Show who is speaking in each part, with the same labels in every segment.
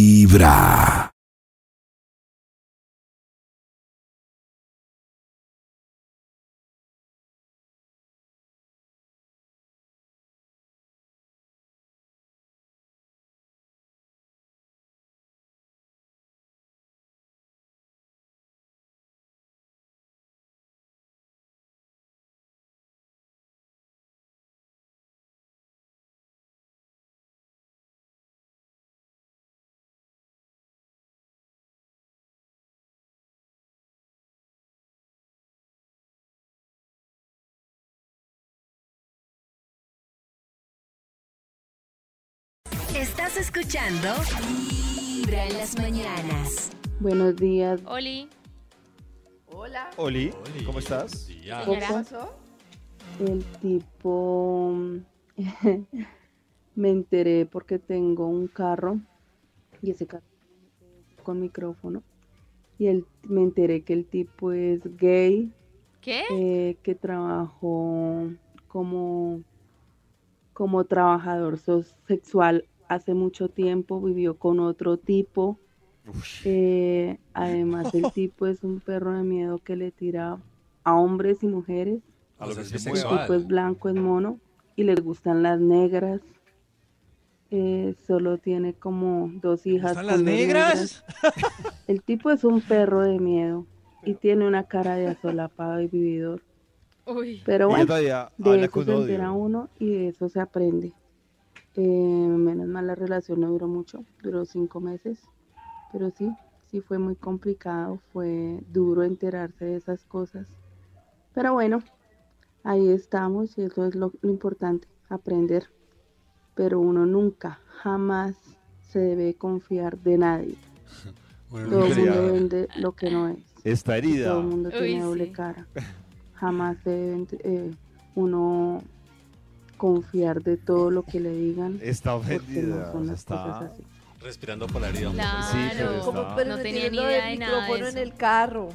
Speaker 1: Vibra.
Speaker 2: Estás escuchando Vibra en las mañanas.
Speaker 3: Buenos días.
Speaker 4: Oli,
Speaker 5: Hola.
Speaker 6: Oli, ¿cómo estás?
Speaker 3: ¿Qué
Speaker 4: señora.
Speaker 5: pasó?
Speaker 3: El tipo me enteré porque tengo un carro y ese carro con micrófono y el, me enteré que el tipo es gay
Speaker 4: ¿Qué?
Speaker 3: eh, que trabajó como como trabajador so- sexual hace mucho tiempo vivió con otro tipo Eh, además el tipo es un perro de miedo que le tira a hombres y mujeres
Speaker 7: A
Speaker 6: O
Speaker 7: lo
Speaker 6: sea,
Speaker 7: que
Speaker 6: es
Speaker 7: se
Speaker 3: El
Speaker 6: bisexual.
Speaker 3: tipo es
Speaker 7: mueva.
Speaker 3: pues blanco, es mono y les gustan las negras. Eh, solo tiene como dos hijas.
Speaker 7: ¿Están
Speaker 3: con
Speaker 7: las
Speaker 3: dos
Speaker 7: negras?
Speaker 3: negras. El tipo es un perro de miedo y tiene una cara de asolapado y vividor.
Speaker 4: Uy,
Speaker 3: Pero
Speaker 6: Ella
Speaker 3: bueno,
Speaker 6: todavía
Speaker 3: de
Speaker 6: habla
Speaker 3: eso
Speaker 6: con
Speaker 3: se entera
Speaker 6: odio.
Speaker 3: uno y de eso se aprende. Eh, menos mal la relación no duró mucho, duró cinco meses. Pero sí, sí fue muy complicado, fue duro enterarse de esas cosas. Pero bueno, ahí estamos y eso es lo, lo importante, aprender. Pero uno nunca, jamás se debe confiar de nadie.
Speaker 7: Bueno,
Speaker 3: Todo el
Speaker 6: Nunca.
Speaker 3: mundo vende lo que no es.
Speaker 6: Está
Speaker 3: Y
Speaker 6: herida.
Speaker 3: Todo el mundo
Speaker 4: Uy,
Speaker 3: tiene doble
Speaker 4: sí.
Speaker 3: cara. Jamás debe eh, uno confiar de todo lo que le digan.
Speaker 6: Está
Speaker 3: Porque no
Speaker 6: ofendida.
Speaker 3: son las
Speaker 6: Está.
Speaker 3: cosas así.
Speaker 7: respirando por la herida.
Speaker 6: Sí, pero
Speaker 4: claro.
Speaker 6: está-
Speaker 5: Como, pero
Speaker 4: No
Speaker 5: no
Speaker 4: tenía
Speaker 5: tenía
Speaker 4: ni
Speaker 5: lo
Speaker 4: idea
Speaker 5: del
Speaker 4: de nada de
Speaker 5: micrófono en
Speaker 4: eso.
Speaker 5: el carro.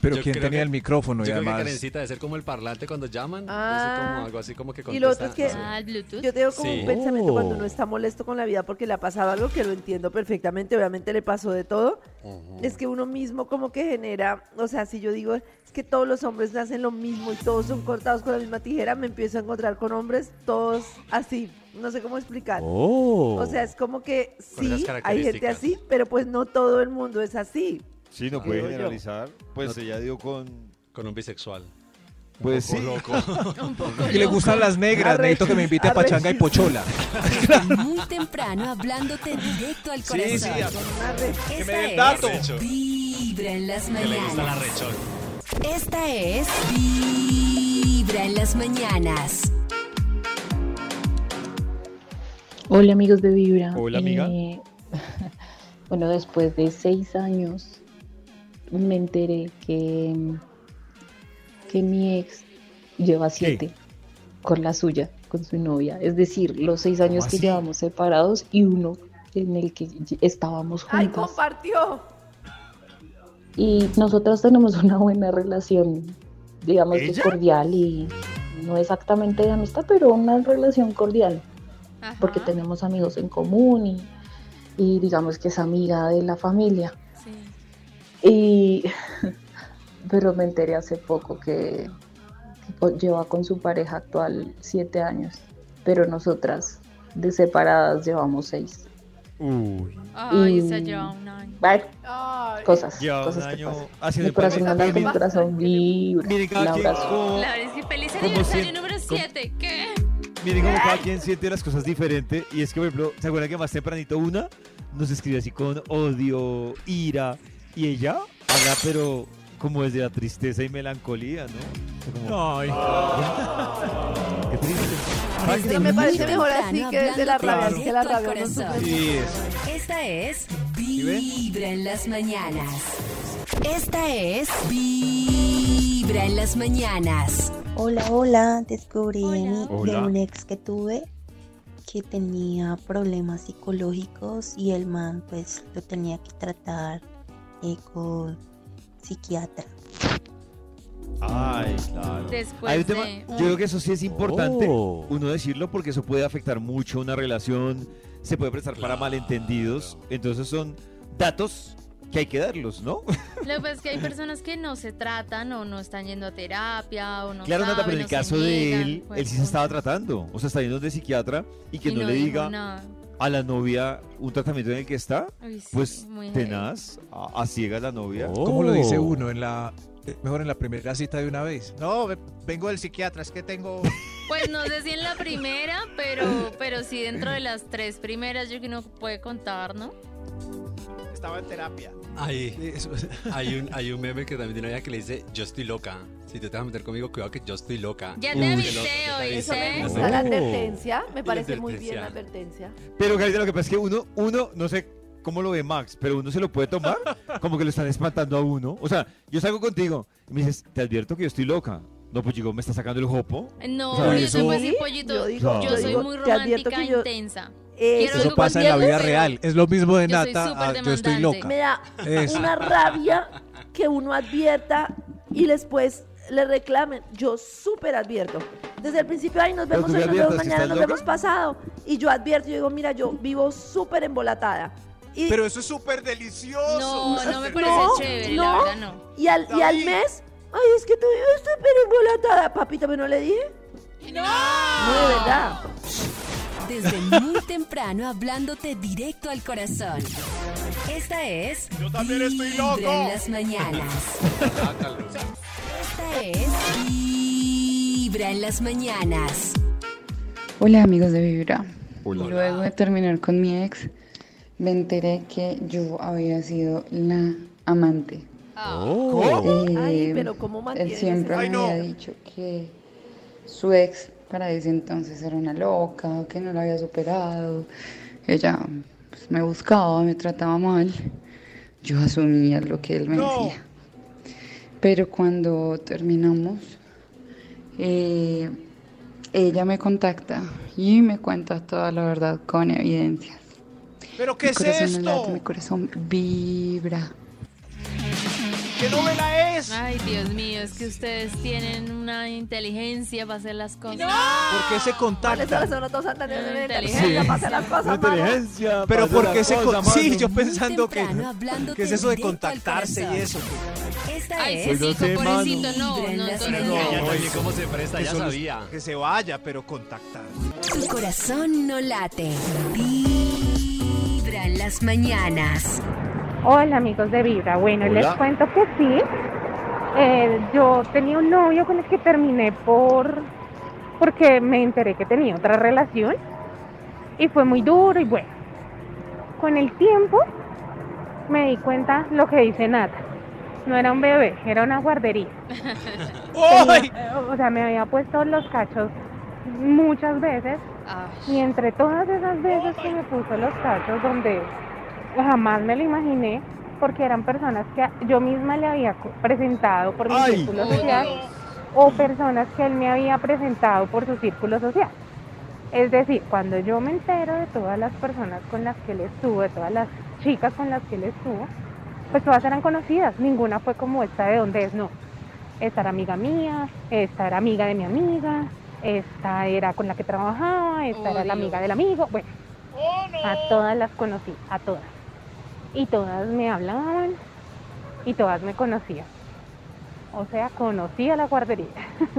Speaker 8: Pero
Speaker 7: Yo
Speaker 8: quién
Speaker 7: creo
Speaker 8: tenía
Speaker 7: que-
Speaker 8: el micrófono y
Speaker 7: Yo creo que
Speaker 8: además.
Speaker 7: Karencita debe ser como el parlante cuando llaman.
Speaker 5: Ah.
Speaker 7: Entonces, como algo así como que
Speaker 5: Y lo otro
Speaker 7: contesta.
Speaker 5: es que-
Speaker 7: no sé.
Speaker 4: Ah, el Bluetooth.
Speaker 5: Yo tengo como
Speaker 7: Sí.
Speaker 5: un pensamiento
Speaker 6: Oh.
Speaker 5: cuando uno está molesto con la vida porque le ha pasado algo que lo entiendo perfectamente, obviamente le pasó de todo.
Speaker 7: Ujú.
Speaker 5: Es que uno mismo como que genera, o sea, si yo digo, es que todos los hombres nacen lo mismo y todos son cortados con la misma tijera, me empiezo a encontrar con hombres todos así, no sé cómo explicar.
Speaker 8: Oh.
Speaker 5: Oh. O sea, es como que
Speaker 7: Oh. Con esas
Speaker 5: sí, hay gente
Speaker 7: características.
Speaker 5: así, pero pues no todo el mundo es así.
Speaker 6: Sí, no puede
Speaker 5: Digo yo.
Speaker 6: generalizar. Pues
Speaker 7: No-
Speaker 6: ella dio con.
Speaker 7: Con un bisexual. Oh,
Speaker 6: Pues sí.
Speaker 7: Loco.
Speaker 8: Y le gustan las negras.
Speaker 5: Arre-
Speaker 8: Necesito que me invite a
Speaker 5: arre-
Speaker 8: Pachanga y Pochola.
Speaker 2: Desde muy temprano hablándote directo al corazón.
Speaker 5: Una re-
Speaker 2: Esta
Speaker 7: me dé el
Speaker 2: es
Speaker 7: dato. Arrecho.
Speaker 2: Vibra en las
Speaker 7: Que le gusta la
Speaker 2: mañanas.
Speaker 7: rechón.
Speaker 2: Esta es Vibra en las mañanas.
Speaker 9: Hola amigos de Vibra.
Speaker 6: Hola, amiga.
Speaker 9: Eh, bueno, después de seis años me enteré que, mm, que mi ex lleva siete con la suya, con su novia. Es decir, los seis años que
Speaker 8: así?
Speaker 9: llevamos separados y uno en el que ll- estábamos
Speaker 5: ¡Ay,
Speaker 9: juntos.
Speaker 5: compartió!
Speaker 9: Y nosotras tenemos una buena relación, digamos que
Speaker 6: ¿Ella?
Speaker 9: cordial y no exactamente de amistad, pero una relación cordial
Speaker 4: Ajá.
Speaker 9: porque
Speaker 6: Ah.
Speaker 9: tenemos amigos en común y, y digamos que es amiga de la familia.
Speaker 4: Sí.
Speaker 9: Y, pero me enteré hace poco que, que co- lleva con su pareja actual siete años, pero nosotras de separadas llevamos seis.
Speaker 6: Uy.
Speaker 4: Ay,
Speaker 9: Mm.
Speaker 4: esa lleva un año.
Speaker 9: Bueno,
Speaker 5: Ay,
Speaker 9: cosas,
Speaker 6: Ya un
Speaker 9: cosas que
Speaker 6: año.
Speaker 9: pasan.
Speaker 6: Así
Speaker 9: Mi
Speaker 6: se puede.
Speaker 9: corazón no late, mi
Speaker 6: Miren,
Speaker 5: pasa?
Speaker 9: corazón vibra.
Speaker 6: miren
Speaker 9: Un
Speaker 6: cada quien.
Speaker 9: abrazo.
Speaker 6: cómo-
Speaker 4: Claro, es que feliz
Speaker 6: ¿Cómo
Speaker 4: aniversario
Speaker 6: si-
Speaker 4: número
Speaker 6: cómo-
Speaker 4: 7. ¿Qué?
Speaker 6: Miren cómo cada quien siente las cosas diferente. Y es que, por ejemplo, ¿se acuerdan que más tempranito una nos escribe así con odio, ira? Y ella habla, pero como desde la tristeza y melancolía, ¿no? Como,
Speaker 8: Ay.
Speaker 6: Qué triste.
Speaker 2: Desde
Speaker 5: no me
Speaker 2: muy
Speaker 5: parece mejor
Speaker 2: temprano
Speaker 5: así que desde la rabia,
Speaker 2: hablándote
Speaker 5: es que la
Speaker 2: directo al
Speaker 5: rabia uno sufre
Speaker 2: corazón.
Speaker 8: Sí, es.
Speaker 2: Esta es
Speaker 6: ven?
Speaker 2: Vibra en las mañanas. Esta es Vibra en las mañanas.
Speaker 10: Hola, hola, descubrí de mi-
Speaker 6: Hola.
Speaker 10: de un ex que tuve que tenía problemas psicológicos y el man pues lo tenía que tratar eh, con psiquiatra.
Speaker 6: Ay, claro.
Speaker 4: Después
Speaker 6: Hay un tema-
Speaker 4: de...
Speaker 6: yo creo que eso sí es importante
Speaker 8: Oh.
Speaker 6: uno decirlo porque eso puede afectar mucho una relación se puede prestar para malentendidos. Entonces son datos que hay que darlos, ¿no?
Speaker 4: Lo que pasa es que hay personas que no se tratan o no están yendo a terapia o no
Speaker 6: claro,
Speaker 4: saben,
Speaker 6: Nata, pero en
Speaker 4: o
Speaker 6: el
Speaker 4: se
Speaker 6: caso de
Speaker 4: niegan,
Speaker 6: él,
Speaker 4: pues,
Speaker 6: él sí se estaba
Speaker 4: no.
Speaker 6: tratando. O sea, está yendo de psiquiatra y que
Speaker 4: Y
Speaker 6: no,
Speaker 4: no
Speaker 6: le
Speaker 4: dijo
Speaker 6: diga
Speaker 4: nada.
Speaker 6: a la novia un tratamiento en el que está,
Speaker 4: Uy, sí,
Speaker 6: pues
Speaker 4: muy heavy.
Speaker 6: tenaz, a, a ciegas la novia.
Speaker 8: ¿Cómo lo dice uno? En la, eh, mejor en la primera cita de una vez. No, ve- vengo del psiquiatra, es que tengo...
Speaker 4: Pues no sé si en la primera, pero, pero sí dentro de las tres primeras yo creo que uno puede contar, ¿no?
Speaker 8: Estaba en terapia.
Speaker 7: Ahí. Hay un, hay un meme que también tiene una vieja que le dice, yo estoy loca. Si te vas a meter conmigo, cuidado que yo estoy loca.
Speaker 4: Ya
Speaker 6: Uy.
Speaker 4: te avisé,
Speaker 5: Eso me
Speaker 4: oíste.
Speaker 5: gusta, la
Speaker 6: Oh.
Speaker 5: advertencia. Me parece muy bien la advertencia.
Speaker 6: Pero, Carita, lo que pasa es que uno, uno, no sé cómo lo ve Max, pero uno se lo puede tomar como que lo están espantando a uno. O sea, yo salgo contigo y me dices, te advierto que yo estoy loca. No, pues chico, me está sacando el jopo.
Speaker 4: No,
Speaker 6: O sea,
Speaker 4: yo te
Speaker 6: eso-
Speaker 4: puedo decir,
Speaker 5: Sí,
Speaker 4: pollito,
Speaker 5: yo
Speaker 4: yo,
Speaker 5: digo-
Speaker 6: yo
Speaker 4: soy
Speaker 5: digo,
Speaker 4: muy
Speaker 5: te advierto
Speaker 4: romántica
Speaker 5: que yo-
Speaker 4: intensa.
Speaker 5: Eso.
Speaker 4: Quiero
Speaker 8: Eso
Speaker 4: algo
Speaker 8: pasa en la vida
Speaker 4: contigo,
Speaker 8: real. Es lo mismo de
Speaker 4: yo
Speaker 6: ah,
Speaker 4: soy
Speaker 8: Nata
Speaker 4: súper
Speaker 8: a yo estoy
Speaker 4: demandante.
Speaker 8: loca.
Speaker 5: Me da
Speaker 8: Eso.
Speaker 5: una rabia que uno advierta y después le reclamen. Yo súper advierto. Desde el principio, ay, nos
Speaker 6: Pero
Speaker 5: vemos
Speaker 6: tú
Speaker 5: hoy,
Speaker 6: qué
Speaker 5: nos vemos
Speaker 6: adviertas, que
Speaker 5: mañana,
Speaker 6: estás
Speaker 5: nos
Speaker 6: loca?
Speaker 5: vemos pasado. Y yo advierto, yo digo, mira, yo vivo súper embolatada. Y,
Speaker 8: Pero eso es súper delicioso.
Speaker 4: No, no me
Speaker 8: No,
Speaker 4: parece chévere, la
Speaker 5: no.
Speaker 4: verdad no.
Speaker 5: y, al, y al
Speaker 8: David.
Speaker 5: mes, ay, es que tú vives súper embolatada. Papito, ¿pero no le dije? No. No, de verdad.
Speaker 2: Desde muy temprano hablándote directo al corazón. Esta es. Yo también estoy loco. En las mañanas. Esta es. Vibra en las mañanas.
Speaker 9: Hola amigos de Vibra.
Speaker 6: Hola.
Speaker 9: Luego de terminar con mi ex, me enteré que yo había sido la amante.
Speaker 8: Oh.
Speaker 5: Ay,
Speaker 9: Eh,
Speaker 5: pero ¿cómo
Speaker 9: Él
Speaker 5: mantienes
Speaker 9: siempre
Speaker 5: esa-
Speaker 9: me había dicho que su ex para ese entonces era una loca, que no la había superado. Ella pues, me buscaba, me trataba mal. Yo asumía lo que él me decía. Pero cuando terminamos, eh, ella me contacta y me cuenta toda la verdad con evidencias.
Speaker 8: ¿Pero
Speaker 9: mi corazón no late, mi corazón vibra.
Speaker 8: ¿Qué novela es?
Speaker 4: Ay, Dios mío, es que ustedes tienen una inteligencia para hacer las cosas.
Speaker 8: ¿Por qué se
Speaker 5: ¿Cuáles son
Speaker 8: contactan?
Speaker 5: los dos andares de la
Speaker 4: Inteligencia.
Speaker 5: inteligencia? Pasa las
Speaker 6: Una
Speaker 5: cosas, mano.
Speaker 6: inteligencia.
Speaker 8: Pero
Speaker 6: para hacer
Speaker 8: ¿por qué
Speaker 6: las
Speaker 8: se
Speaker 6: cosas,
Speaker 8: con- sí,
Speaker 6: mano.
Speaker 8: yo
Speaker 2: Muy
Speaker 8: pensando que...
Speaker 2: temprano, hablándote
Speaker 8: ¿Qué es eso de
Speaker 2: directo al
Speaker 8: contactarse y
Speaker 2: corazón.
Speaker 8: eso?
Speaker 2: Esta
Speaker 4: Ay,
Speaker 2: es.
Speaker 4: sí,
Speaker 6: no sé,
Speaker 4: pobrecito,
Speaker 6: mano.
Speaker 4: no, no, entonces
Speaker 7: No,
Speaker 4: no.
Speaker 7: oye, ¿cómo se presta?
Speaker 8: Que
Speaker 7: Ya
Speaker 8: solo-
Speaker 7: sabía.
Speaker 8: Que se vaya, pero contactar.
Speaker 2: Tu corazón no late. Vibra en las mañanas.
Speaker 1: Hola amigos de Vibra, bueno
Speaker 6: Hola.
Speaker 1: les cuento que sí, eh, yo tenía un novio con el que terminé por porque me enteré que tenía otra relación y fue muy duro y bueno, con el tiempo me di cuenta lo que dice Nata, no era un bebé, era una guardería,
Speaker 8: ¡Ay!
Speaker 1: Eh, o sea me había puesto los cachos muchas veces
Speaker 4: Ah,
Speaker 1: y entre todas esas veces que me puso los cachos donde jamás me lo imaginé, porque eran personas que yo misma le había co- presentado por mi
Speaker 6: Ay.
Speaker 1: círculo social o personas que él me había presentado por su círculo social. Es decir, cuando yo me entero de todas las personas con las que él estuvo, de todas las chicas con las que él estuvo, pues todas eran conocidas, ninguna fue como esta de donde es, no. Esta era amiga mía, esta era amiga de mi amiga, esta era con la que trabajaba, esta era la
Speaker 4: Odio.
Speaker 1: amiga del amigo, bueno, a todas las conocí, a todas. Y todas me hablaban y todas me conocían. O sea, conocía la guardería.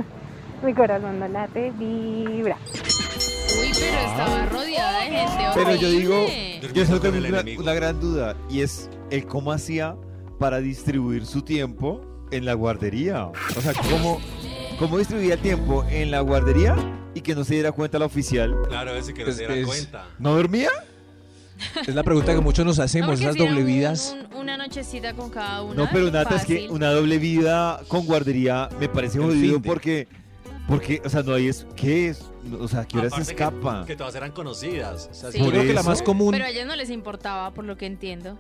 Speaker 1: Mi corazón no late, vibra.
Speaker 4: Uy, pero estaba rodeada de gente horrible.
Speaker 6: Pero yo digo, yo
Speaker 7: Durmiendo
Speaker 6: solo
Speaker 7: con
Speaker 6: tengo
Speaker 7: el
Speaker 6: una,
Speaker 7: enemigo.
Speaker 6: una gran duda y es el cómo hacía para distribuir su tiempo en la guardería. O sea, cómo, cómo distribuía el tiempo en la guardería y que no se diera cuenta la oficial.
Speaker 7: Claro, ese que no
Speaker 8: Es-
Speaker 7: se diera
Speaker 8: es-
Speaker 7: cuenta.
Speaker 6: ¿No dormía?
Speaker 8: Es la pregunta que muchos nos
Speaker 4: No,
Speaker 8: hacemos,
Speaker 4: porque
Speaker 8: esas
Speaker 4: si era
Speaker 8: doble
Speaker 4: un-
Speaker 8: vidas.
Speaker 4: un- una nochecita con cada uno.
Speaker 6: No, pero Nata, es que una doble vida con guardería me parece
Speaker 8: El
Speaker 6: jodido
Speaker 8: fin de.
Speaker 6: porque, porque, o sea, no hay es, ¿qué es? O sea, ¿a ¿qué hora se
Speaker 7: Aparte que-
Speaker 6: escapa?
Speaker 7: Que, todas eran conocidas. O sea,
Speaker 4: Sí.
Speaker 7: si
Speaker 8: Yo creo que la
Speaker 6: eso.
Speaker 8: más común,
Speaker 4: Pero a ellos no les importaba, por lo que entiendo.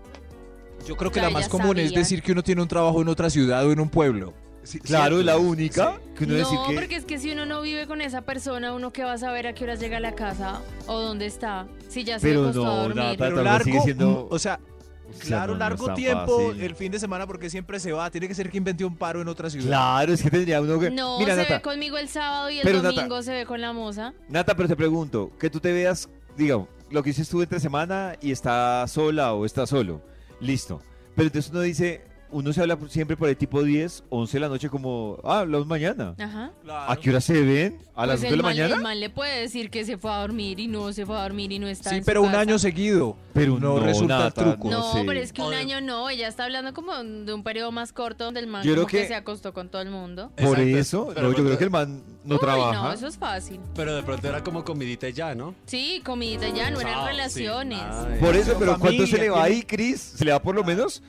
Speaker 8: yo creo que
Speaker 4: Pero
Speaker 8: la
Speaker 4: ya
Speaker 8: más común es
Speaker 4: sabían.
Speaker 8: decir que uno tiene un trabajo en otra ciudad o en un pueblo. Sí,
Speaker 6: Claro,
Speaker 8: ¿cierto?
Speaker 6: la única que uno
Speaker 4: no,
Speaker 6: decir que
Speaker 4: porque es que si uno no vive con esa persona, uno que va a saber a qué horas llega a la casa o dónde está, si ya se
Speaker 6: Pero
Speaker 4: acostó
Speaker 6: no,
Speaker 4: a dormir.
Speaker 6: Nata,
Speaker 8: Pero
Speaker 6: Tampoco
Speaker 8: largo,
Speaker 6: sigue siendo-
Speaker 8: o sea,
Speaker 6: o sea,
Speaker 8: claro,
Speaker 6: no, no es
Speaker 8: largo
Speaker 6: tan
Speaker 8: tiempo
Speaker 6: fácil.
Speaker 8: el fin de semana porque siempre se va. Tiene que ser que inventé un paro en otra ciudad.
Speaker 6: Claro, es que tendría uno que
Speaker 4: No,
Speaker 6: Mira,
Speaker 4: se
Speaker 6: Nata,
Speaker 4: ve conmigo el sábado y el
Speaker 6: Pero, Nata-
Speaker 4: domingo se ve con la moza.
Speaker 6: Nata, pero te pregunto, que tú te veas, digamos, lo que dices tú entre semana y está sola o está solo. Listo. Pero entonces uno dice, uno se habla por- siempre por el tipo 10, 11 de la noche como, ah, hablamos mañana.
Speaker 4: Ajá.
Speaker 6: ¿A qué hora se ven? ¿A las
Speaker 4: Pues
Speaker 6: 2
Speaker 4: el
Speaker 6: de la
Speaker 4: man-
Speaker 6: mañana?
Speaker 4: El man le puede decir que se fue a dormir y no se fue a dormir y no está.
Speaker 8: Sí,
Speaker 4: en su
Speaker 8: pero un
Speaker 4: casa.
Speaker 8: año seguido.
Speaker 6: Pero
Speaker 8: no, resulta el
Speaker 6: Nata,
Speaker 8: truco.
Speaker 4: No,
Speaker 6: sé.
Speaker 4: pero es que un año no, ella está hablando como de un periodo más corto donde el man
Speaker 6: Yo creo
Speaker 4: como que...
Speaker 6: que-
Speaker 4: se acostó con todo el mundo.
Speaker 6: Por
Speaker 7: Exacto,
Speaker 6: eso,
Speaker 7: pero
Speaker 6: no, yo
Speaker 7: cuando-
Speaker 6: creo que el man no
Speaker 4: Uy,
Speaker 6: trabaja.
Speaker 4: No, eso es fácil.
Speaker 7: Pero de pronto era como comidita y ya, ¿no?
Speaker 4: Sí, comidita ya, no eran
Speaker 8: Ah,
Speaker 7: Chao, sí.
Speaker 4: relaciones.
Speaker 7: Ay.
Speaker 6: Por eso, pero ¿cuánto se
Speaker 8: familia,
Speaker 6: le va
Speaker 8: tiene-
Speaker 6: ahí, Cris? ¿Se le va por lo menos?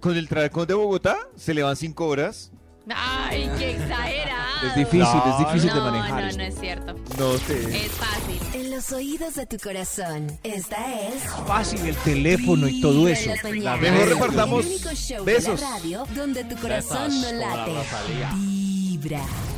Speaker 6: Con el trancón de Bogotá, se le van 5 horas.
Speaker 8: Ah.
Speaker 4: Ay, qué exagerado.
Speaker 8: Es difícil, es difícil de
Speaker 4: No,
Speaker 8: manejar.
Speaker 4: No, no es cierto.
Speaker 6: No sé.
Speaker 4: Es fácil.
Speaker 2: En los oídos de tu corazón. Esta es.
Speaker 8: Fácil el teléfono y todo
Speaker 2: Vibra en
Speaker 8: eso.
Speaker 2: las mañanas.
Speaker 6: mejor repartamos
Speaker 2: El único show
Speaker 6: besos.
Speaker 2: de la radio donde tu
Speaker 7: Besos,
Speaker 2: corazón no
Speaker 7: como la
Speaker 2: late.
Speaker 7: Rosalía.
Speaker 2: Vibra.